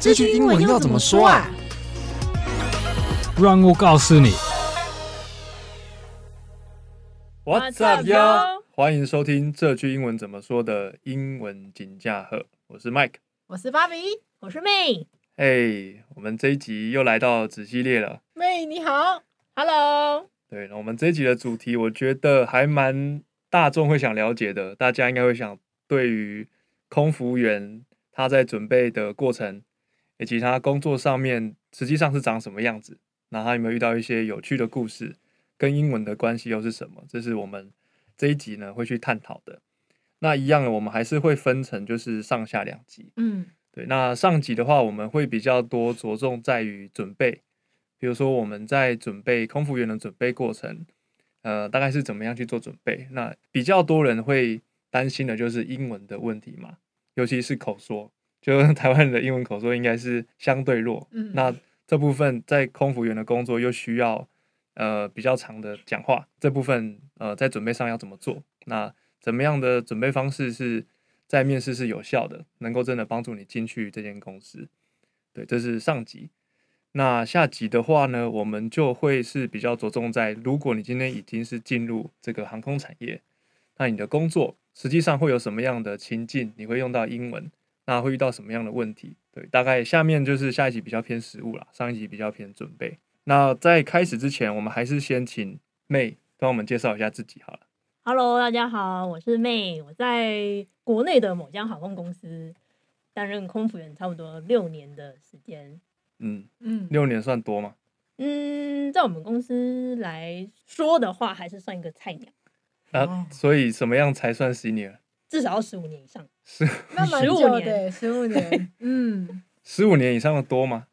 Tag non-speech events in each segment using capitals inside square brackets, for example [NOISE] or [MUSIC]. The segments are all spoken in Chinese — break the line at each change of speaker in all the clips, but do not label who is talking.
这句英文要怎么说啊？
让我告诉你。
What's up, yo？欢迎收听这句英文怎么说的英文锦驾鹤，我是 Mike。
我是芭比，
我是妹
嘿，我们这一集又来到子系列了。
妹你好，
，Hello，
对，那我们这一集的主题，我觉得还蛮大众会想了解的，大家应该会想对于空服员他在准备的过程，以及他工作上面实际上是长什么样子，那他有没有遇到一些有趣的故事，跟英文的关系又是什么？这是我们这一集呢会去探讨的。那一样，我们还是会分成就是上下两集。
嗯，
对，那上集的话，我们会比较多着重在于准备，比如说我们在准备空服员的准备过程，呃，大概是怎么样去做准备。那比较多人会担心的就是英文的问题嘛，尤其是口说，就 [LAUGHS] 台湾人的英文口说应该是相对弱。
嗯
那这部分在空服员的工作又需要呃比较长的讲话，这部分呃在准备上要怎么做？那怎么样的准备方式是在面试是有效的，能够真的帮助你进去这间公司？对，这是上集。那下集的话呢，我们就会是比较着重在，如果你今天已经是进入这个航空产业，那你的工作实际上会有什么样的情境？你会用到英文，那会遇到什么样的问题？对，大概下面就是下一集比较偏实务啦，上一集比较偏准备。那在开始之前，我们还是先请妹帮我们介绍一下自己好了。
Hello，大家好，我是妹，我在国内的某家航空公司担任空服员，差不多六年的时间。
嗯，
嗯，
六年算多吗？
嗯，在我们公司来说的话，还是算一个菜鸟，
那、
哦
所以什么样才算 senior？
至少要十五年以上。
是
那蛮
15
久的，
年
十
[LAUGHS]
五年，嗯，
十五年以上的多吗？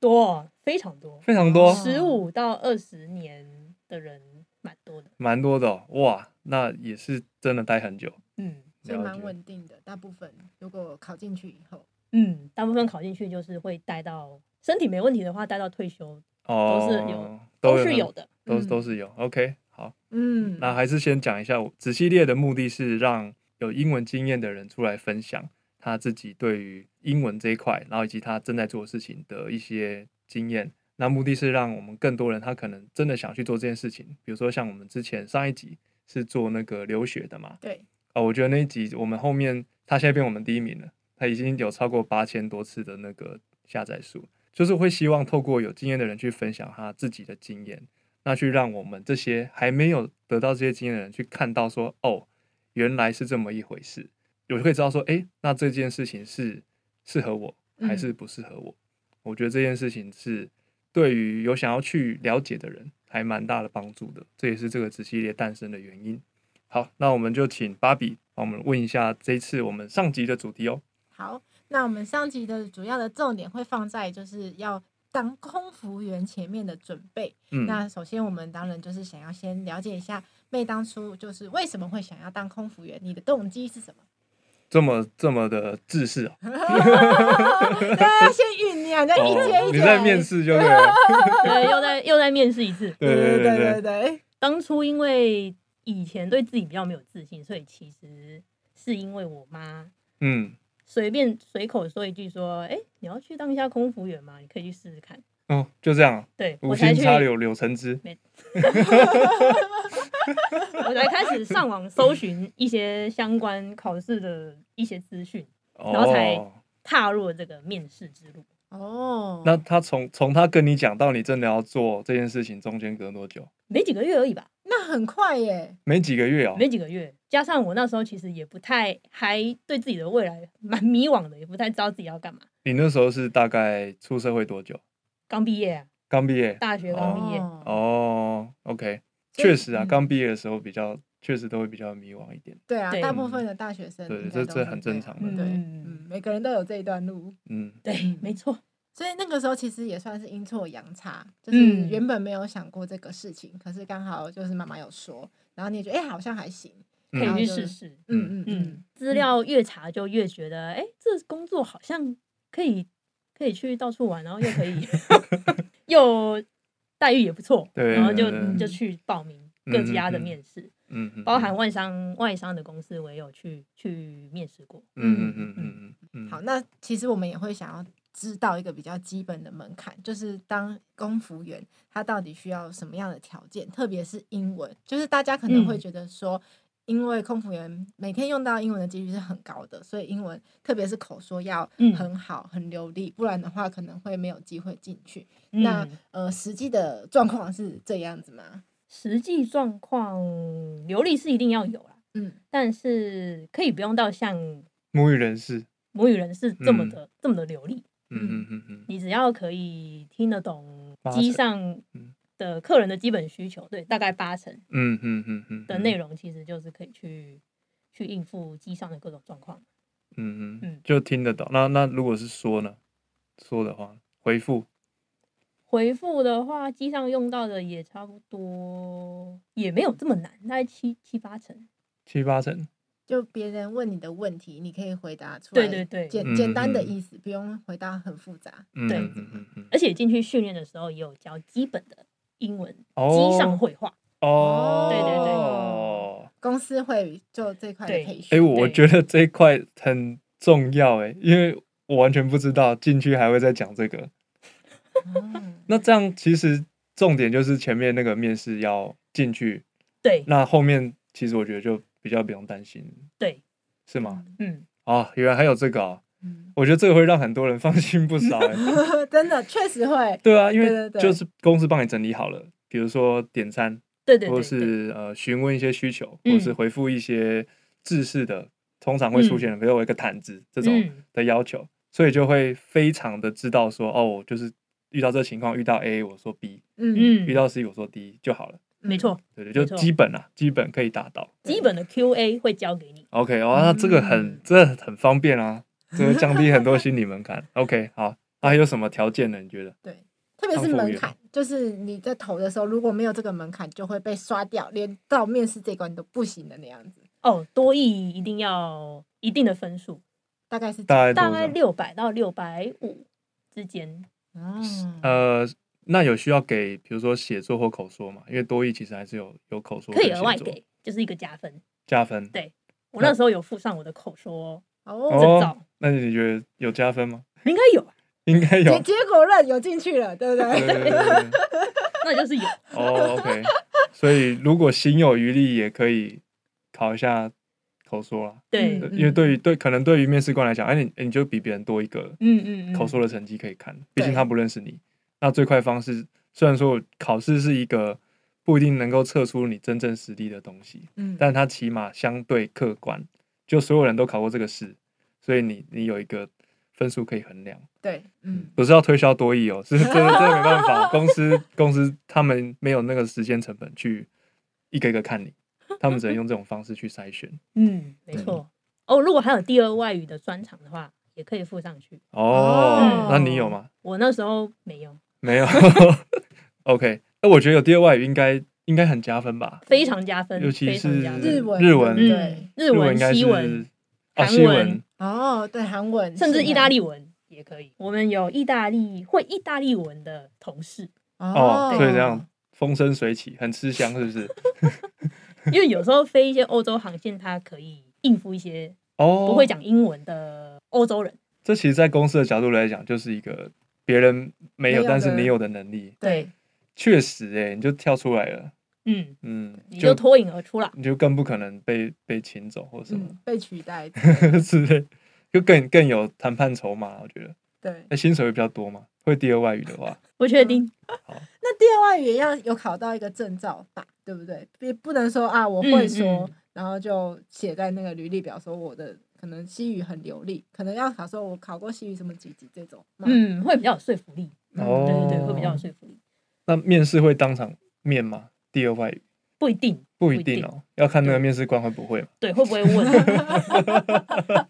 多，非常多，
非常多，
哦
十五到二十年的人蛮多的。
蛮多的、哦、哇！那也是真的待很久。
嗯
所以
了
蛮
解
稳定的。大部分如果考进去以后，
嗯，大部分考进去就是会待到身体没问题的话，待到退休
哦，
都是有
都
都是有，的。 [LAUGHS]
都
嗯
都是有。OK，好，
嗯，
那还是先讲一下，我子系列的目的是让有英文经验的人出来分享他自己对于英文这一块，然后以及他正在做的事情的一些经验。那目的是让我们更多人，他可能真的想去做这件事情。比如说像我们之前上一集是做那个留学的嘛，
对，
啊、我觉得那一集我们后面他现在变我们第一名了，他已经有超过八千多次的那个下载数，就是会希望透过有经验的人去分享他自己的经验，那去让我们这些还没有得到这些经验的人去看到说，哦，原来是这么一回事，我就可以知道说，诶，那这件事情是适合我还是不适合我？我觉得这件事情是对于有想要去了解的人还蛮大的帮助的，这也是这个子系列诞生的原因。好，那我们就请芭比帮我们问一下这一次我们上集的主题哦。
好，那我们上集的主要的重点会放在就是要当空服员前面的准备。
嗯，
那首先我们当然就是想要先了解一下妹当初就是为什么会想要当空服员，你的动机是
[LAUGHS]
什么？
这么这么的自
[LAUGHS]
私啊，
对，要先酝酿，再一节一节。
哦你在面试就
[LAUGHS]
对了。
对，又在又在面试一次。
对对
对
对对对，
当初因为以前对自己比较没有自信，所以其实是因为我妈
嗯，
随便随口说一句说：“哎、你要去当一下空服员吗？你可以去试试看。
哦，就这样，
对”
无
我
心
才去，
插柳柳橙汁。
我才开始上网搜寻一些相关考试的一些资讯，然后才
哦，
踏入了这个面试之路。
哦，
那他从从他跟你讲到你真的要做这件事情，中间隔多久？
没几个月而已吧，
那很快耶，
没几个月哦。
没几个月，加上我那时候其实也不太，还对自己的未来蛮迷惘的，也不太知道自己要干嘛。
你那时候是大概出社会多久？
刚毕业啊，
刚毕业。
大学刚毕业，
哦，
哦，OK，
所以
确实啊，
嗯
刚毕业的时候比较确实都会比较迷惘一点。
对啊，
对
大部分的大学生
对
应该
这这
都会
很
这
正
样
常
的
对，
嗯
嗯，每个人都有这一段路，
嗯，
对
嗯，
没错。
所以那个时候其实也算是阴错阳差，就是
嗯
原本没有想过这个事情，可是刚好就是妈妈有说，然后你也觉得哎、好像还行，
可
然后
以去
就
试试。
嗯嗯嗯
嗯，资料越查就越觉得，哎、这工作好像可以，可以去到处玩，然后又可 [LAUGHS] 以，又待遇也不 [LAUGHS] 错，
对
然后就
对
对
就去报名各家的
嗯嗯嗯
面试，
嗯嗯，
包含外商外商的公司，我也有去去面试过。
嗯嗯嗯嗯嗯嗯，
好，那其实我们也会想要知道一个比较基本的门槛，就是当空服员他到底需要什么样的条件，特别是英文，就是大家可能会
嗯
觉得说。因为空服员每天用到英文的几率是很高的，所以英文特别是口说要
嗯
很好、很流利，不然的话可能会没有机会进去。
嗯
那呃，实际的状况是这样子吗？
实际状况流利是一定要有啦，
嗯，
但是可以不用到像
母语人士，
母语人士这么
嗯
的、这么的流利，
嗯嗯嗯嗯，
你只要可以听得懂
八成
机上
嗯
的客人的基本需求，对，大概八成
嗯嗯嗯嗯
的内
容，
容其实就是可以去去应付机上的各种状况。
嗯嗯
嗯，
就听得懂。那那如果是说呢，说的话，回复
回复的话，机上用到的也差不多，也没有这么难，大概七七八成。
七八成，
就别人问你的问题，你可以回答出来，
对对对，
简简单的
嗯嗯
意思，不用回答很复杂。
嗯
对
嗯嗯嗯嗯，
而且进去训练的时候也有教基本的英文
哦
机上绘画，
哦，
对对对
哦
公司会做这块的
对
培
哎、
训，
我
对
觉得这一块很重要哎、因为我完全不知道进去还会再讲这个。
嗯
那这样其实重点就是前面那个面试要进去，
对
那后面其实我觉得就比较不用担心，
对，
是吗？？
嗯，
哦，原来还有这个哦，
嗯，
我觉得这个会让很多人放心不少哎、
[LAUGHS] 真的确实会，
对啊，因
对
为
对
就是公司帮你整理好了，比如说点餐，
对对
或
对对，
是呃询问一些需求，
嗯
或是回复一些制式的，通常会出现的，比如我有一个毯子这种。
嗯
的要求，所以就会非常的知道说，哦，我就是遇到这情况，遇到 A 我说 B，、
嗯，
嗯
遇，到 C 我说 D 就好了，
没错，
对对，
没
就
错
基本啊，基本可以达到。
基本的 Q&A 会教给你。
OK，哇、那这个很
嗯
这很方便啊，这个降低很多心理门
[LAUGHS]
槛。OK，好，那还有什么条件呢？你觉得？
对，特别是
康复
门
员
槛，就是你在投的时候，如果没有这个门槛，就会被刷掉，连到面试这一关都不行的那样子，
哦，多译一定要一定的分数，
大概是这
大概
样。
多
大概
少？
六百到六百五之间。
嗯，
呃，那有需要给，比如说写作或口说嘛？因为多义其实还是有有口说
可以
跟
额
写
外
作
给，就是一个加分。
加分。
对我
那
那时候有附上我的口说证
哦，
照，
那你觉得有加分吗？ [LAUGHS]
应该有啊，
应该有
结。结果论有进去了，对不
对
对？
对对对对
那就是
[LAUGHS]
有。
哦、o
[LAUGHS]
k 所以如果心有余力，也可以考一下口说啦。
对，
嗯
因为对于对可能对于面试官来讲，哎，你你就比别人多一个
嗯嗯嗯，
口说的成绩可以看，毕竟
对
他不认识你。那最快方式，虽然说我考试是一个不一定能够测出你真正实力的东西，
嗯，
但它起码相对客观，就所有人都考过这个试，所以你你有一个分数可以衡量。
对，嗯，
不是要推销多亿哦，是真的 [LAUGHS] 真的没办法，公司公司他们没有那个时间成本去一个一个看你，他们只能用这种方式去筛选。
嗯，没错。哦，如果还有第二外语的专场的话，也可以附上去。
哦
哦，
那你有吗？
我那时候没有，
没有。OK，那我觉得有第二外语应该应该很加分吧，
非常加分，
嗯尤其
非
是
常加分
日文
日文
对不
嗯
对，
日
应
文、
该
西
是
文，
哦
韩
西
文
文，
哦，对，韩文，
甚至意大
利，
利文也可以。我们有意大利会意大利文的同事， [LAUGHS]
哦
哦，，所以这样，风生水起，很吃香，是
[LAUGHS]
不是？
因为有时候飞一些欧洲航线，它可以应付一些
哦，
不会讲英文的欧洲人。
这其实，在公司的角度来讲，就是一个别人没有
没有
但是
的
你有的能力，
对，
确实、欸，你就跳出来了。
嗯，
嗯，
你就脱颖而出啦。
你就更不可能被被请走或什
嗯
么、，
被取代，
嗯
[LAUGHS] 之类，就更更有谈判筹码。我觉得，
对
那、。薪水会比较多嘛？会第二外语的话，
不确定，
那第二外语也要有考到一个证照吧，对不对？也不能说啊我会说，
嗯
然后就写在那个履历表说我的可能西语很流利，可能要考说我考过西语什么几级这种。，
嗯，会比较有说服力。
哦
对对对，会比较有说服力。
那面试会当场面吗？第二外语
不一定，
不
不
一
一定
定哦、要看那个
对
面试官会不会嘛。
对，会不会问？ [LAUGHS]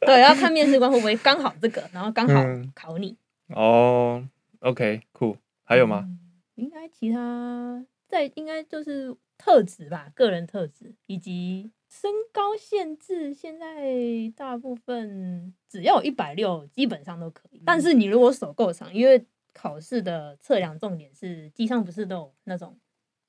对，要看面试官会不会刚好这个，然后刚好
嗯
考你。
哦、o k cool，还有吗？？
应该其他在应该就是特质吧，个人特质以及身高限制。现在大部分只要一百六，基本上都可以。
嗯
但是你如果手够长，因为考试的测量重点是机上不是都有那种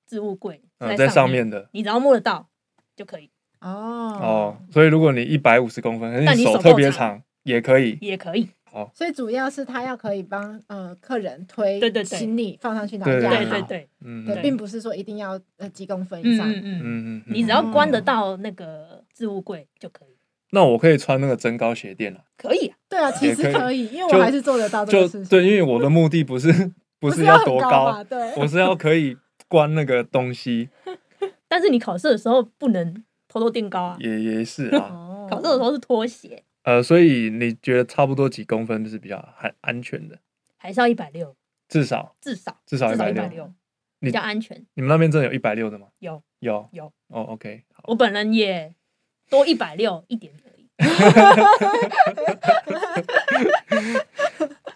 置物柜
嗯，在上
面，
面的
你只要摸得到就可以，
哦
哦，所以如果你一百五十公分，可是
但
你
你
手
手
特
够
别
长
长也可以
也可以。
好，
所以主要是他要可以帮呃客人推
对对对
行李放上去，然
对
后
对
压
对
好
对对，
嗯
对
嗯
并不是说一定要呃几公分以
嗯
上。
嗯嗯，
嗯嗯
你
嗯。
只要关得到那个置物柜就可以，
那我可以穿那个增高鞋垫了，
可以啊，
对啊，其
也
实
可以
可以，因为
就
我还是做得
哦
到这
就
个事情。
对，因为我的目的不是 [LAUGHS] 不
不
是
要很
多
高
啊
嘛，对，
我是要可以关那个东西，
但是你考试的时候不能偷偷垫高啊，
也也是啊。
哦
考试的时候是拖鞋，
呃，所以你觉得差不多几公分是比较安安全的？
还是要一百六，
至少
至少
至少
至少一百
160
六，
你
比较安全。
你们那边真的有一百六的吗？
有
有
有，
哦，OK，好，
我本人也多一百六一点而已， [LAUGHS]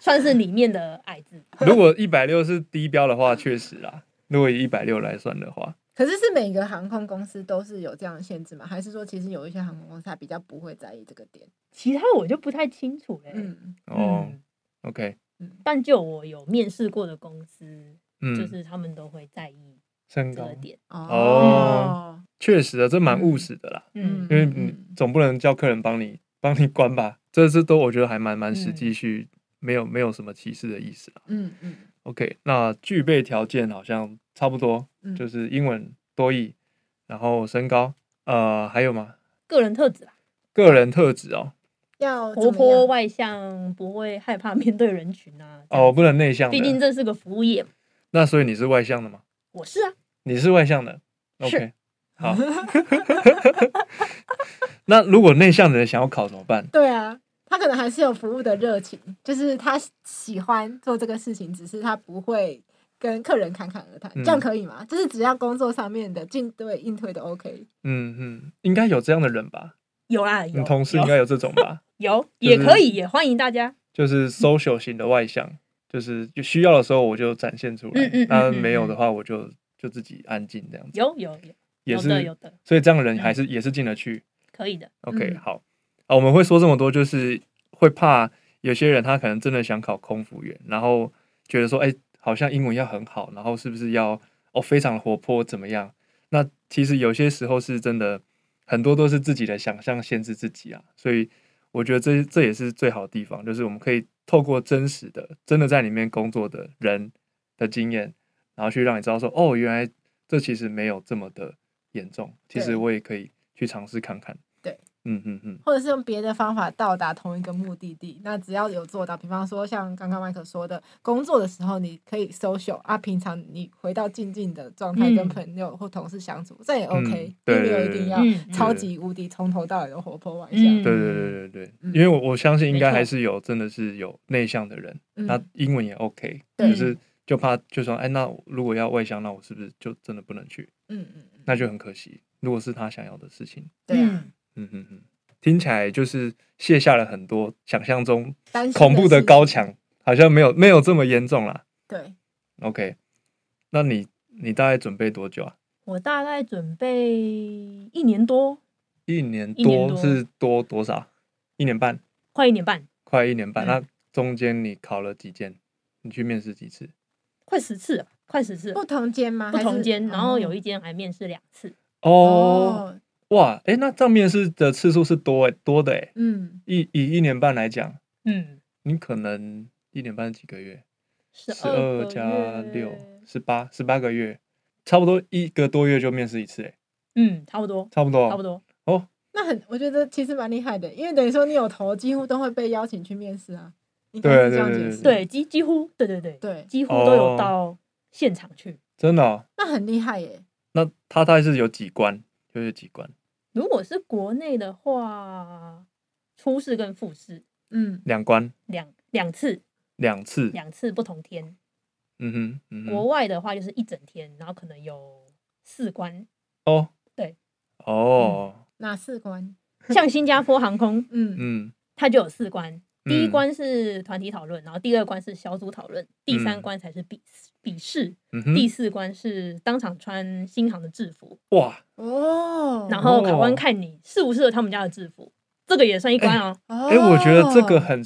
算是里面的矮子。
如
[LAUGHS]
果一百六是低标的话，确实啊，如果以一百六来算的话，
可是是每个航空公司都是有这样的限制吗？还是说其实有一些航空公司它比较不会在意这个点？
其他我就不太清楚嘞、
嗯，
哦、
嗯
o k
但就我有面试过的公司，
嗯，
就是他们都会在意
身
这
高
个点。
哦，确实啊，这蛮务实的啦，
嗯
嗯，
因为你
嗯
总不能叫客人帮你 [LAUGHS] 帮你关吧，这这都我觉得还蛮蛮实
嗯
际去，没有没有什么歧视的意思啊。
嗯嗯
OK，那具备条件好像差不多，
嗯，
就是英文多义，然后身高，呃，还有吗？
个人特质啦，
个人特质哦，
活
要怎么样
泼外向，不会害怕面对人群啊。这样
哦，，不能内向
毕竟
的。
这是个服务业嘛。
那所以你是外向的吗？
我是啊，
你是外向的
是
，OK，好。 [LAUGHS] 那如果内向的人想要考怎么办？
对啊，他可能还是有服务的热情，就是他喜欢做这个事情，只是他不会跟客人侃侃而谈，
嗯
这样可以吗？就是只要工作上面的进对应推都 OK。
嗯嗯，应该有这样的人吧？
有啦，
你
有
同事应
有
该有这种
[LAUGHS]
吧？
有，
就是
也可以，也欢迎大家。
就是 social 型的外向，就是就需要的时候我就展现出来
嗯嗯，嗯
那
嗯
没有
嗯
的话我就就自己安静这样子。
有有有，
也
有的有嗯
是，
的，
所以这样的人还是也是进得去。
可以的。
OK，
嗯
好啊，我们会说这么多，就是会怕有些人他可能真的想考空服员，然后觉得说，哎，好像英文要很好，然后是不是要哦非常活泼怎么样？那其实有些时候是真的，很多都是自己的想象限制自己啊，所以我觉得这这也是最好的地方，就是我们可以透过真实的、真的在里面工作的人的经验，然后去让你知道说，哦，原来这其实没有这么的严重，其实
对
我也可以去尝试看看。
对，
嗯嗯嗯，
或者是用别的方法到达同一个目的地，那只要有做到，比方说像刚刚麦克说的，工作的时候你可以 social 啊，平常你回到静静的状态
嗯
跟朋友或同事相处，这也 OK，、
嗯对
并没有
对
一定
对
要
嗯
超级无敌从头到尾的活泼外向。
嗯，
对对对对对，
嗯
因为我我相信应
没
该还
错
是有真的是有内向的人，
嗯
那英文也 OK，
对
可是就怕就说，哎，那我如果要外向，那我是不是就真的不能去？
嗯嗯嗯，
那就很可惜。如果是他想要的事情，
对啊，
嗯
嗯嗯嗯，听起来就是卸下了很多想象中
担心
恐怖的
事
高
情，
墙，好像没有没有这么严重啦。
对，
OK，那你你大概准备多久啊？
我大概准备一年多，
一年
一年
多
多
是多多少？一年半，
快一年半，
快一年半。
嗯
那中间你考了几件？你去面试几次？
快十次了，快十次了，
不同间吗？
不
还
同
是
间，然后有
哦
一间还面试两次，
哦，，哇，哎，那这样面试的次数是多哎多的哎，
嗯，
一以一年半来讲，
嗯，
你可能一年半是几个月？
十
十二加
个
六
月，
十八，十八个月，差不多一个多月就面试一次，哎，
嗯，差不多，
差不多，
差不多，
哦，
那很，我觉得其实蛮厉害的，因为等于说你有投，几乎都会被邀请去面试啊。你可
对
以这样
对
解
对
释，
对，几几乎，对对对，
对，
几乎都
哦
有到现场去。
真的、哦。
那很厉害耶。
那他大概是有几关？就是有几关？
如果是国内的话，初试跟复试
嗯，
两关，
两两次，
两次。
两次不同天。
嗯哼，嗯
国
哼。
外的话就是一整天，然后可能有四关，
哦，
对，
哦，
哪四关？
像新加坡航空，
嗯
嗯，
它就有四关。第一
嗯，
关是团体讨论，然后第二关是小组讨论，第
嗯
三关才是笔笔试，
嗯
第
哼，
四关是当场穿新航的制服，
哇，
哦，
然后考官
哦
看你适不适合他们家的制服，这个也算一关哦。
哎
哎、我觉得这个很，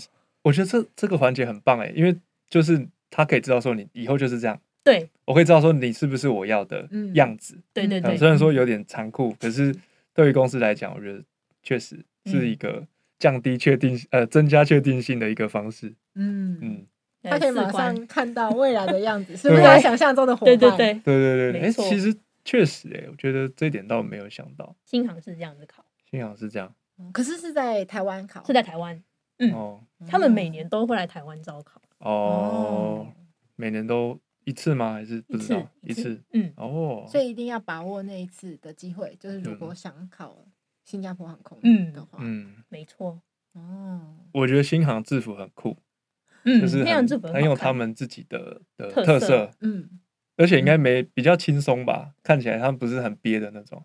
我觉得这这个环节很棒哎，因为就是他可以知道说你以后就是这样，
对
我可以知道说你是不是我要的
嗯
样子。
对对
嗯
嗯
对，嗯
虽然说有点残酷，可是对于公司来讲，我觉得确实是一个降低确定呃增加确定性的一个方式。
嗯嗯，
嗯，
他可以马
四关
上看到未来的样
[LAUGHS]
子，是不是
对啊
他想象中的伙伴？
对对，对，
对对对，
没
哎、
错
其实确实哎、我觉得这一点倒没有想到，
新航是这样子考，
幸好是这样、
可是是在台湾考，
是在台湾，嗯
哦
他们每年都会来台湾招考
哦每年都一次吗？还是不
一
知
次
道一次，
嗯，
哦，
所以一定要把握那一次的机会，就是如果想考新加坡航空
嗯
的话，
嗯，
没错，
哦，
我觉得新航制服很酷，
嗯，
就是
非常
很
制服，
很有他，们自己的的
特
特
色
色，
嗯，
而且应该没比较轻松吧，看起来他们不是很憋的那种。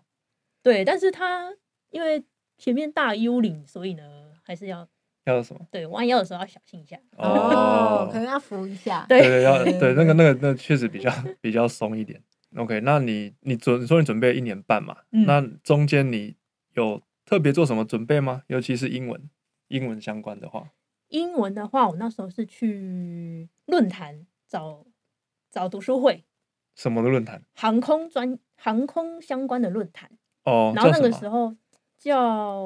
对，但是他因为前面大 U 领，所以呢，还是要
叫做什么？
对弯腰的时候要小心一下，
哦，可能要扶一下，
对
对对，要
对
对那个那个那个确实比较 [LAUGHS] 比较松一点。OK，那你你准你说你准备一年半嘛？
嗯
那中间你有特别做什么准备吗？尤其是英文，英文相关的话，
英文的话，我那时候是去论坛找找读书会，
什么的论坛？
航空专航空相关的论坛，
哦，
然后
叫
那
什
个时
么？
候叫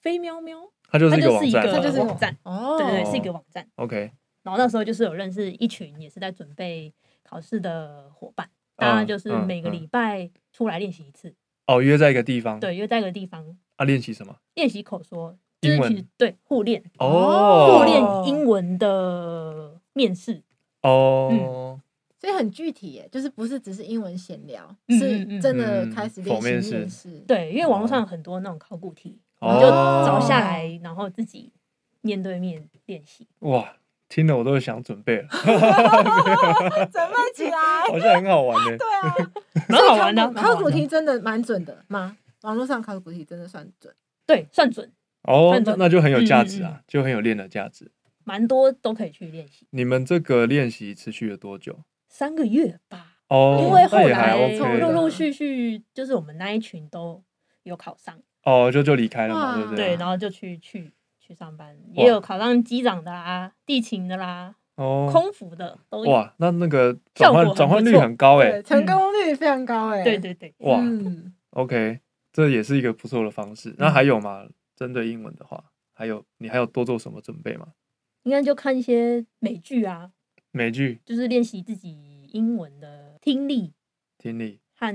飞喵喵，
它就是
它
一个
就
网
是一
站
个
嘛，
它就是一个
网站，
哦，
对对对，是一个网站。
OK，
然后那时候就是有认识一群也是在准备考试的伙伴，大家
嗯
就是
嗯
每个
嗯
礼拜出来练习一次，
哦，约在一个地方，，
对，约在一个地方
啊，练习什么？
练习口说，就
英
是
文
去对互练
哦
互
哦，
练英文的面试，
哦，
所以很具体耶，就是不是只是英文闲聊，
嗯嗯
是
嗯
真的开始
嗯
练
否
习
面
面
试
试，
对， [LAUGHS] 因为网络上
哦
有很多那种考古题，
哦
你就找下来，然后自己面对面练习。
哇，听了我都想准备了，
准备起来，
好像很好玩呢。
对啊，
蛮好玩的
[LAUGHS] 所
蛮好玩的
以考古考古题真的蛮准的吗？网络上考古题真的算准，
对，算准，
哦
看，
那
准
那就很有
嗯
价
嗯
值
嗯
啊，就很有练的价值。
蛮多都可以去练习，
你们这个练习持续了多久？
三个月吧。
哦，
因为后
那也还
来
OK
陆
从
陆续续，就是我们那一群都有考上，
哦，就就离开了嘛，对不啊
对，
对？
然后就去去去上班，
哇
也有考上机长的啦、地勤的啦、
哦，
空服的都有。
哇，那那个
效
转
果很
换
不
转换率
错
很高哎
对，，成功率非常高哎，
对对对，
哇
嗯，
，OK，这也是一个不错的方式。
嗯
那还有吗？针对英文的话，还有你还有多做什么准备吗？
应该就看一些美剧啊，
美剧
就是练习自己英文的听力
听力，
和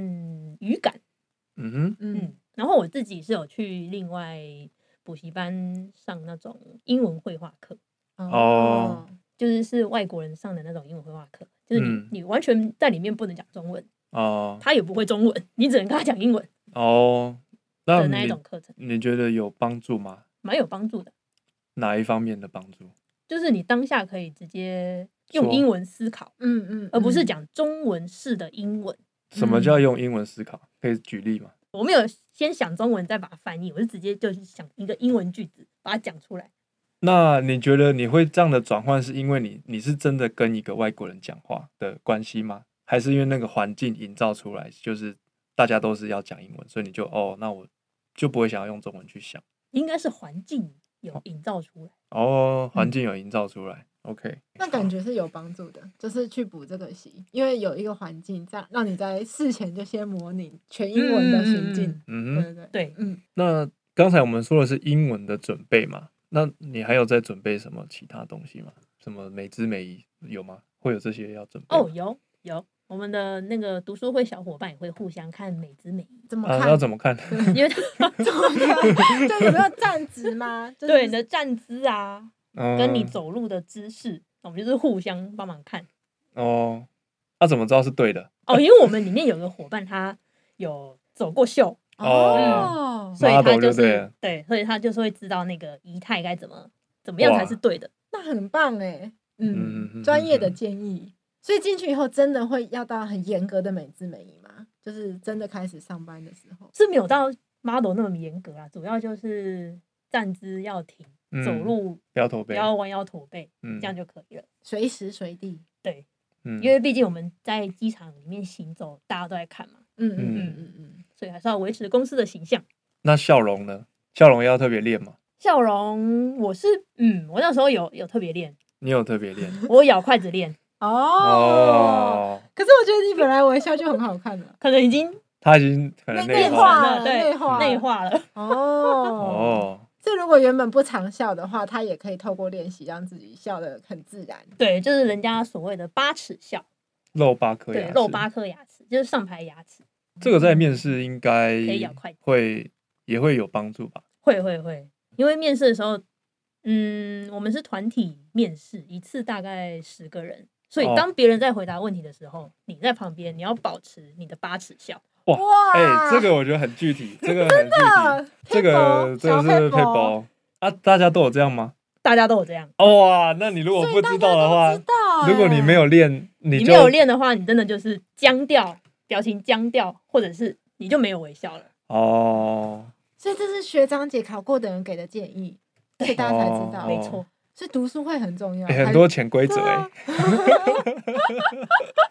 语感。
嗯哼，
嗯
嗯，然后我自己是有去另外补习班上那种英文绘画课，
嗯
哦，
就是是外国人上的那种英文绘画课，就是你、
嗯
你完全在里面不能讲中文，
哦
他也不会中文，你只能跟他讲英
[LAUGHS]
文
哦，那
的那一
你
种课程，
你觉得有帮助吗？
蛮有帮助的。
哪一方面的帮助？
就是你当下可以直接用
说
英文思考，
嗯嗯，
而不是
嗯
讲中文式的英文。
什么叫用英文思考？可以举例吗？
我没有先想中文再把它翻译，我是直接就是想一个英文句子把它讲出来。
那你觉得你会这样的转换，是因为你你是真的跟一个外国人讲话的关系吗？还是因为那个环境营造出来，就是大家都是要讲英文，所以你就哦，那我就不会想要用中文去想。
应该是环境有营造出来。
哦，环
嗯
境有营造出来、o k
那感觉是有帮助的，就是去补这个习，因为有一个环境，这样让你在事前就先模拟全英文的情境。
嗯
对
哼，
对对，
对，
嗯，
那刚才我们说的是英文的准备嘛，那你还有在准备什么其他东西吗？什么美姿美仪有吗？会有这些要准备
哦，
吗
有有，我们的那个读书会小伙伴也会互相看美姿美仪，
怎么
啊，
看？
要怎么看？
因为
怎么看？ [LAUGHS] 就有没有站直吗？就是
对你的站姿啊，跟你
嗯
走路的姿势，我们就是互相帮忙看。
哦，那、怎么知道是对的？
哦，因为我们里面有个伙伴，他有走过秀，
哦
哦，
所以他就
Model 就对
是
了
对，所以他就是会知道那个仪态该怎么怎么样才
哇
是对的。
那很棒哎，
嗯嗯
嗯，
嗯
专业的建议。所以进去以后，真的会要到很严格的美姿美仪吗？就是真的开始上班的时候，
是没有到 model 那么严格啊，主要就是站姿要挺，
嗯
走路
不要驼
不
背，
要弯腰驼背，
嗯
这样就可以了。
随时随地。
对，
嗯
因为毕竟我们在机场里面行走，大家都在看嘛，
嗯
嗯
嗯嗯嗯嗯，
所以还是要维持公司的形象。
那笑容呢？笑容要特别练吗？
笑容，我是嗯，我那时候有有特别练，
你有特别练
我咬筷子练，
哦。
哦？
可是我觉得你本来微笑就很好看了，
可能已经
他已经可能
内
化
化
了，
了
对，
内化了
内化了。
哦， [LAUGHS]
哦，
这如果原本不常笑的话，他也可以透过练习让自己笑得很自然。
对，就是人家所谓的八齿笑，
露八颗牙
对
齿，，
露八颗牙齿，就是上排牙齿，
这个在面试应该
以咬筷子
会也会有帮助吧？
会会会，因为面试的时候，嗯，我们是团体面试，一次大概十个人，所以
哦
当别人在回答问题的时候，你在旁边，你要保持你的八尺笑。
哇
哇啊
哎、这个我觉得很具体，这个很具体，这个真的是配包啊！大家都有这样吗？
大家都有这样，
哦哇、那你如果不知道的话，
啊
如
欸
果你没有练，你
你没
就
有练的话，你真的就是僵掉，表情僵掉，或者是你就没有微笑了。
哦，
所以这是学长姐考过的人给的建议，所以大家才知道。
哦
没错，
所以读书会很重要，
哎很多潜规则
啊对
哎
啊。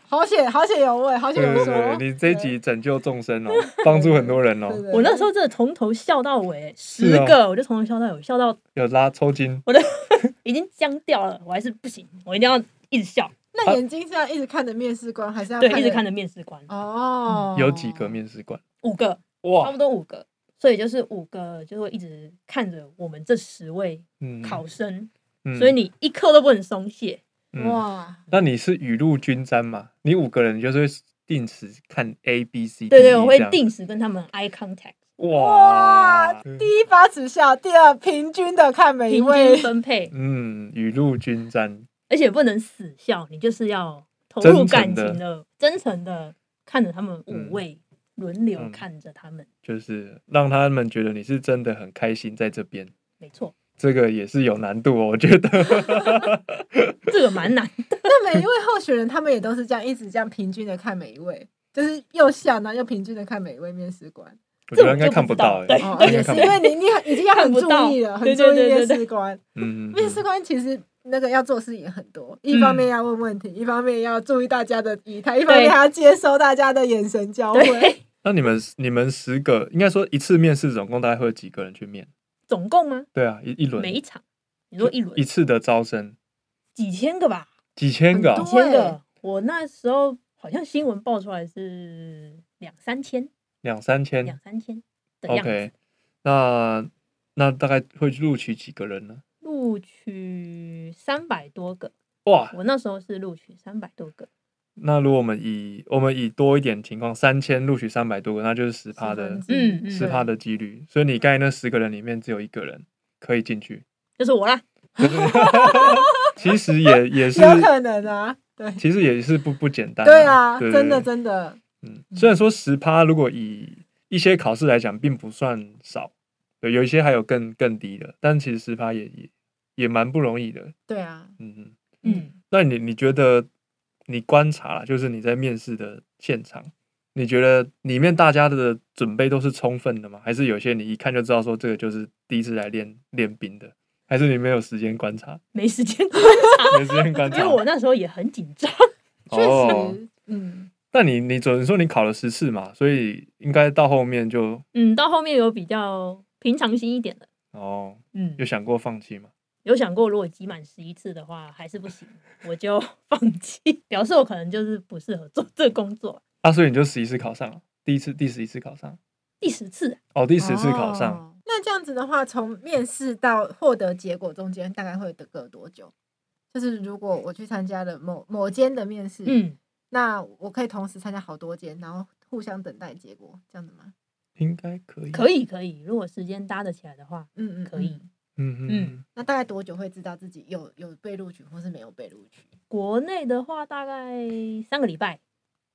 好险，好险有问，好险
对对
有说。
对，你这一集拯救众生哦，帮助很多人哦
对，对对
我那时候真的从头笑到尾，
是
十
啊
个我就从头笑到尾，笑到
有拉抽筋，
已经僵掉了，我还是不行，我一定要一直笑，
那眼睛是要一直看着面试官，还是要
啊对，一直看
着？
着面试官，
哦，
嗯有几个面试官
五个，差
哇
不，多五个，所以就是五个就会一直看着我们这十位
嗯
考生，
嗯
所以你一刻都不能松懈。
嗯
哇，
那你是雨露均沾嘛？你五个人就是会定时看 A B C，
对
D E
对，我会
这样
定时跟他们 eye contact，
哇
哇，
第一把指笑，第二平均的看每一
平
位
均，分配，
嗯，雨露均沾，
而且不能死笑，你就是要投
真
入
诚
感
的
情的、真诚的看着他们
嗯
五位轮流
嗯
看着他们，
就是让他们觉得你是真的很开心在这边。
没错，
这个也是有难度哦，我觉得 [LAUGHS]
这个蛮难。
[LAUGHS] 那每一位候选人他们也都是这样一直这样平均的看每一位，就是又笑，然后又平均的看每一位面试官。
我
这
觉得
我
应该
就
看
不知道
到哎，
对
哦
应，该
也是
看
因
不到
为你你很已经要很
看不
注
到
意了，很
对
注意
对对
面
对对
试官。
嗯，嗯
面试
嗯
官其实那个要做事也很多，一方面要问问题，一方面要注意大家的仪态，一方面还要接收大家的眼神交汇。 [LAUGHS]
对，
那你们你们十个，应该说一次面试总共大概会有几个人去面？
总共吗？
对啊，一一轮
每一场，你说一轮
一次的招生
几千个吧，
几千个啊
很
几千
对
个。我那时候好像新闻报出来是两三千，
两三千，
两三千的样子。
OK，那那大概会录取几个人呢？
录取三百多个，
哇，
我那时候是录取三百多个，
那如果我们以我们以多一点情况，三千录取三百多个，那就是十趴的
嗯嗯
十趴的几率。所以你刚才那十个人里面只有一个人可以进
[LAUGHS]
去， [LAUGHS]
就是我啦。
就是其实也也是
有可能啊，对
其实也是不不简单、
对啊，
对
真的
对
真的，
嗯，虽然说十趴如果以一些考试来讲，并不算少，对，有一些还有更更低的，但其实十趴也也也蛮不容易的，
对啊，
嗯嗯。
嗯，
那你你觉得你观察啦，就是你在面试的现场，你觉得里面大家的准备都是充分的吗？还是有些你一看就知道说这个就是第一次来练练兵的？还是你没有时间观察，
没时间，
没时间观
因
察
为？我那时候也很紧张。
确
哦
实，嗯，
那你你总是说你考了十次嘛，所以应该到后面就
嗯，到后面有比较平常心一点的，
哦，
嗯
有，想过放弃吗？
有想过如果集满十一次的话还是不行，我就 [LAUGHS] 放弃，表示我可能就是不适合做这工作。
啊，所以你就十一次考上了，第一次第十一次考上，
第十次啊
哦，第十次考上，
哦。那这样子的话，从面试到获得结果中间大概会得隔多久？就是如果我去参加了某某间的面试，，
嗯，
那我可以同时参加好多间，然后互相等待结果，这样子吗？
应该可以，
嗯可以可以，如果时间搭得起来的话，
嗯嗯，
可以
嗯。
嗯嗯嗯
嗯，
那大概多久会知道自己有有被录取或是没有被录取？
国内的话大概三个礼拜，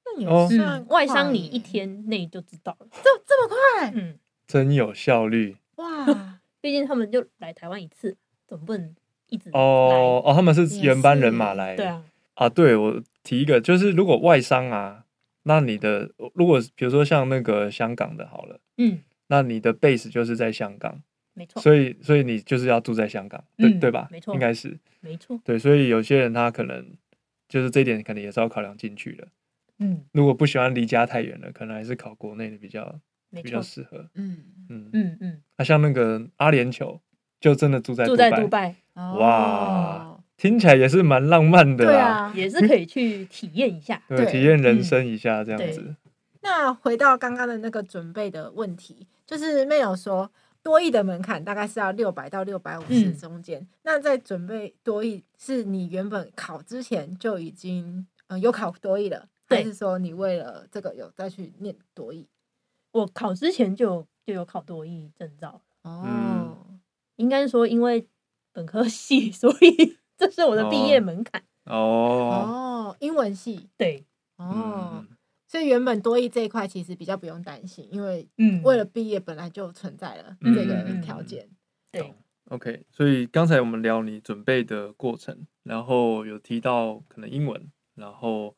那也
哦
算、
嗯，外商你一，天内就知道了，
这这么快？
嗯。
真有效率。
[LAUGHS]
哇，
毕竟他们就来台湾一次，总不能一直来
哦哦，他们是
也
原班人马
是
来。
对啊，
啊，对我提一个，就是如果外商啊，那你的如果比如说像那个香港的好了，
嗯，
那你的 base 就是在香港，
没错，
所以所以你就是要住在香港，对、
嗯
对吧？
没错
应该是
没错，
对，所以有些人他可能就是这一点可能也是要考量进去的。
嗯，
如果不喜欢离家太远了，可能还是考国内的比较
没
比较
错，
适合。
嗯，
嗯，那、
嗯嗯，
像那个阿联酋，就真的住在
住在杜拜
哇
哦，
听起来也是蛮浪漫的
对
啦。
啊。
也是可以去体验一下，
对，体
对
验人
嗯
生一下这样
对
子。
那回到刚刚的那个准备的问题，就是没有说。多益的门槛大概是要六百到六百五十
嗯
中间。那在准备多益，是你原本考之前就已经呃有考多益了，还
对
是说你为了这个有再去念多益？
我考之前就有就有考多益证照了，
哦，
嗯
应该是说因为本科系，所以这是我的毕业
哦
门槛。
哦，
哦，英文系
对，
哦，
嗯，
所以原本多益这一块其实比较不用担心，因为
嗯，
为了毕业本来就存在了
嗯
这个
嗯
条
嗯
件。
对
OK，所以刚才我们聊你准备的过程，然后有提到可能英文，然后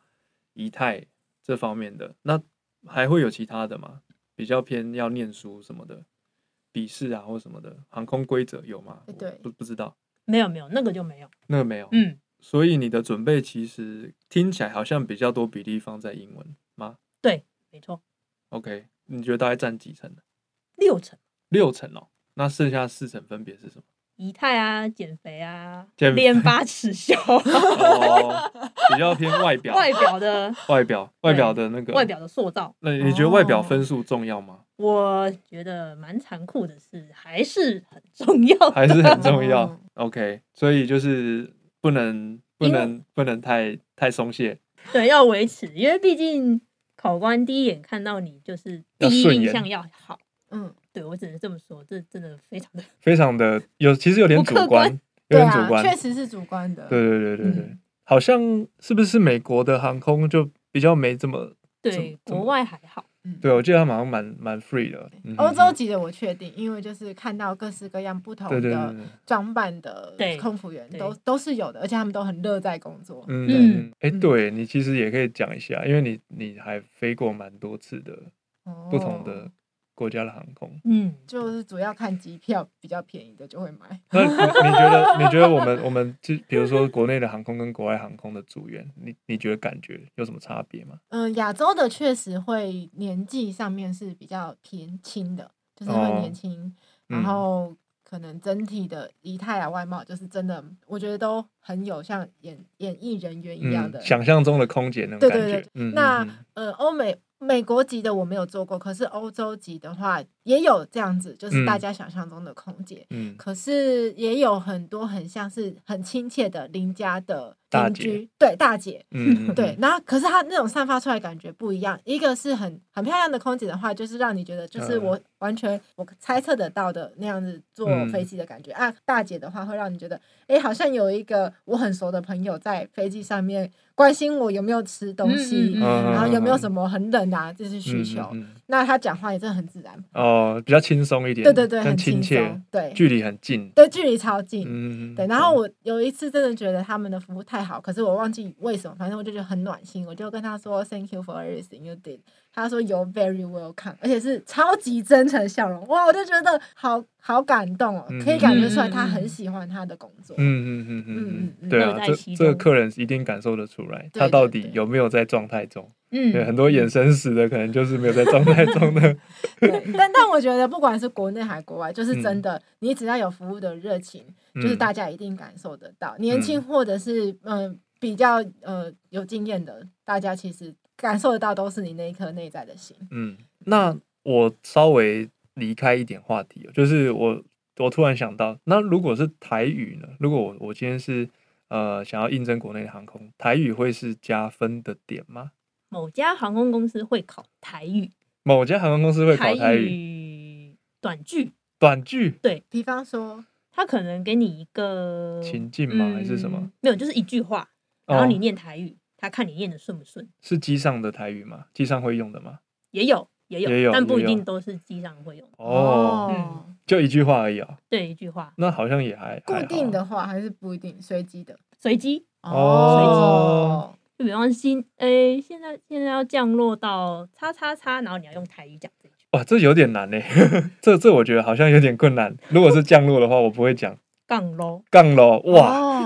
仪态这方面的，那还会有其他的吗？比较偏要念书什么的，笔试啊或什么的，航空规则有吗？
哎
我
对
不不知道，
没有没有那个就没有。
那个没有。
嗯，
所以你的准备其实听起来好像比较多比例放在英文吗
没错，
？OK，你觉得大概占几成呢？
六成
六成哦，那剩下四成分别是什么？
仪态啊，减肥啊，
减肥
练八尺袖，
哦，比较偏外表，
外表
[LAUGHS]
的
外表外
对
表的那个
外。表的塑造，
那你觉得外表
哦
分数重要吗？
我觉得蛮残酷的是，还是很重要的。
还是很重要
哦
？OK，所以就是不能不
因为
能不能太太松懈，
[LAUGHS] 对，要维持，因为毕竟考官第一眼看到你就是第
要
一
顺
印
眼
象要好。
嗯，
对我只能这么说，这真的非常的
非常的有其实有点
不
主
客观
观，有
对
点主
啊，
观，
确实是主观的。
对对对对对，
嗯
好像是不是美国的航空就比较没这么怎
对，
怎
国
么
外还好。
嗯
对，我记得他们好像蛮蛮 free 的。嗯
欧
哼
洲
哼
籍的我确定，因为就是看到各式各样不同
对对对
的
对，
装扮的
对
空服员
对
都都是有的，而且他们都很乐在工作。
嗯
对
嗯，哎、
嗯
对你其实也可以讲一下，因为你你还飞过蛮多次的嗯不同
哦
的国家的航空。
嗯，
就是主要看机票比较便宜的就会买。
那你你觉得你觉得我们我们就比如说国内的航空跟国外航空的组员，你你觉得感觉有什么差别吗？
嗯，亚洲的确实会年纪上面是比较偏轻的，就是会
哦
年轻，
嗯
然后可能整体的仪态啊、外貌，就是真的，我觉得都很有像演演艺人员一样的。
嗯，想象中的空姐那种
对
感
对
觉。
对
嗯，
那
嗯
呃，欧美美国籍的我没有做过，可是欧洲籍的话也有这样子，就是大
嗯
家想象中的空姐。
嗯
可是也有很多很像是很亲切的邻家的
大
邻
姐
居，对大姐，
嗯嗯，
[LAUGHS] 对
嗯，，
然后可是她那种散发出来的感觉不一样，一个是很很漂亮的空姐的话，就是让你觉得就是
嗯
我完全我猜测得到的那样子坐飞机的感觉、
嗯
啊。大姐的话会让你觉得，哎，好像有一个我很熟的朋友在飞机上面关心我有没有吃东西，
嗯嗯
然后有没有什
么
么很冷啊，这是需求。
嗯嗯嗯
那她讲话也真的很自然，
哦，比较轻松一点，
对对对，
更
很
亲
轻
切
松，，对，
距离很近。
对距离超近，
嗯，
对，然后我有一次真的觉得他们的服务太好，可是我忘记为什么，反正我就觉得很暖心，我就跟他说 Thank you for everything you did。他说 You're very welcome，而且是超级真诚的笑容，哇，我就觉得好好感动哦，
嗯
可以感觉出来他很喜欢他的工作。
嗯嗯嗯嗯
嗯
嗯，
嗯
对
乐
啊，
在
这
其
这个
中
客人一定感受得出来，
对
他
对
到底
对
有没有在状态中？
嗯，
对，很多眼神死的可能就是没有在状态中的。
对，但但我觉得不管是国内还是国外，
嗯
就是真的，你只要有服务的热情， [LAUGHS] 就是大家一定感受得到。年轻或者是嗯、呃比较呃有经验的，大家其实感受得到都是你那一颗内在的心。
嗯，那我稍微离开一点话题哦，就是我我突然想到，那如果是台语呢？如果我我今天是呃想要应征国内的航空，台语会是加分的点吗？
某家航空公司会考台语，
某家航空公司会考台语
语短句，
短句
比方说，
他可能给你一个
情境吗？还是什么哦
嗯？？没有，就是一句话，嗯然后你念台语，他看你念的顺不顺，
是机上的台语吗？机上会用的吗？
也有也
也有
但不
也
一
有
定都是机上会用的。
哦，
嗯
就一句话而已啊、
对，一句话，
那好像也还
固
还好
定
啊
的话还是不一定，随机的
随机。
哦，
就比方新，诶、现在现在要降落到叉叉叉，然后你要用台语讲这一句。
哇，这有点难呢， [LAUGHS] 这这我觉得好像有点困难。如果是降落的话，我不会讲
杠喽，
杠喽，哇！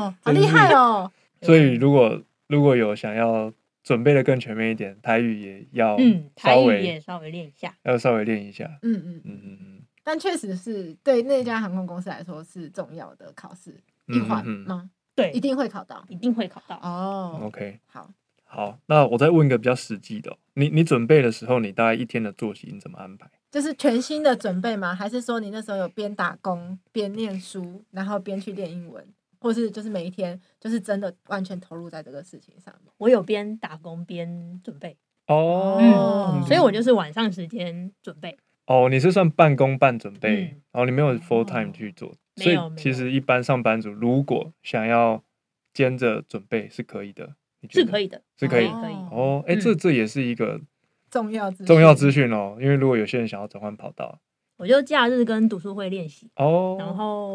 哇，好
真
厉
是
害哦！
所
嗯
以如果如果有想要准备的更全面一点，台语也要
嗯，台
哦稍
语
微、
也稍微练一下。
要稍微练一下。
嗯嗯
嗯
嗯，
嗯嗯
但确实是对那家航空公司来说是重要的考试
嗯，
一环
嗯嗯
吗？
对，
一定会考到
一定会考到。
哦。
OK，
好，
好，那我再问一个比较实际的哦、你你准备的时候，你大概一天的作息你怎么安排？
就是全新的准备吗？还是说你那时候有边打工边念书，然后边去练英文，或是就是每一天就是真的完全投入在这个事情上面？
我有边打工边准备，
哦
嗯
所以我就是晚上时间准备。
哦，你是算半工半准备，
嗯
然后你没有 full
哦
time 去做，
没
所以
有没
其
有
实一般上班族如果想要兼着准备是可以的，你觉
是
得
可以的，
是可以
可以。
哦
哦，哎、这
嗯
这也是一个
重要资
重要资
讯
讯哦，因为如果有些人想要转换跑道
我就假日跟读书会练习，
哦，
然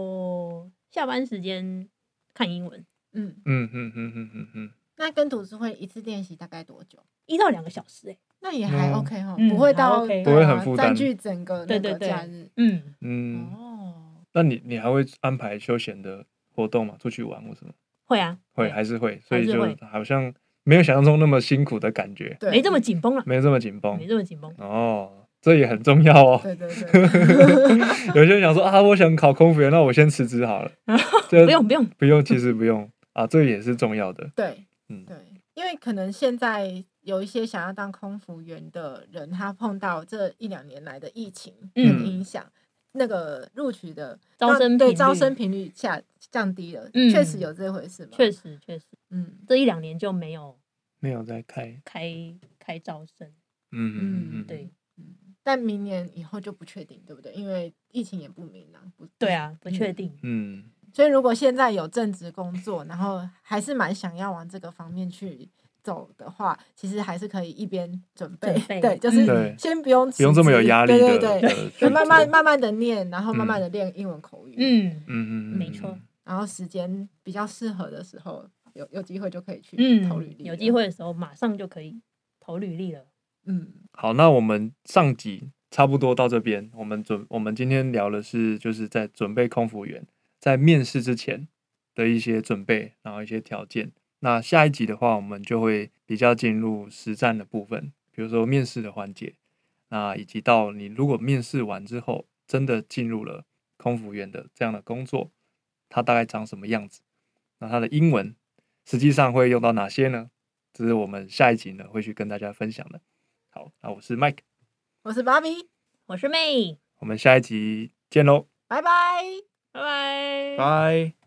后下班时间看英文，
嗯，
嗯嗯嗯嗯嗯嗯，
那跟读书会一次练习大概多久？
一到两个小时、欸。哎，
那也还
嗯
OK 哈、
嗯
不会到、
还 OK
对啊
不会很负担
占据整个那
对对
个
对
假日。
嗯，
嗯，
哦，
那你你还会安排休闲的活动吗？出去玩或什么？
会啊，
会还是会，所
还
以
是
就
会
好像没有想象中那么辛苦的感觉，
对，
没这么紧绷了，啊
没有这么紧绷
没这么紧绷。
哦，这也很重要哦。
对对对，
有些人想说啊，我想考空服员，那我先辞职好了。
呃
这
不用不用，
[LAUGHS] 不用，其实不用啊，这也是重要的。
对，
嗯
对，因为可能现在有一些想要当空服员的人，他碰到这一两年来的疫情的
嗯
影响，那个录取的
招
让
生
对
频
招
率
生频率下降低了，
嗯
确实有这回事嘛，
确实确实，
嗯，
这一两年就没有
没有在开，
开开招生，
嗯
嗯
对
但明年以后就不确定，对不对？因为疫情也不明朗，不
对，啊，不确
嗯
定。
嗯，
所以如果现在有正职工作，然后还是蛮想要往这个方面去。走的话，其实还是可以一边准备，
准备嗯
对，就是
对
先不用
不用这么有
辞职
压力
对
的，
对对，
的
就
选
慢慢
择，
慢慢的念，然后慢慢的练英文口语，，
嗯
嗯嗯，嗯
没错，
然后时间比较适合的时候，有有机会就可以去投履
嗯，
历，
有机，会的时候马上就可以投履历了。
嗯，
好，那我们上集差不多到这边，我们准我们今天聊的是就是在准备空服员在面试之前的一些准备，然后一些条件。那下一集的话，我们就会比较进入实战的部分，比如说面试的环节，那以及到你如果面试完之后真的进入了空服员的这样的工作，它大概长什么样子？那它的英文实际上会用到哪些呢？这是我们下一集呢会去跟大家分享的。好，那我是 Mike，
我是芭比，
我是妹，
我们下一集见喽，
拜拜。
拜拜。
拜。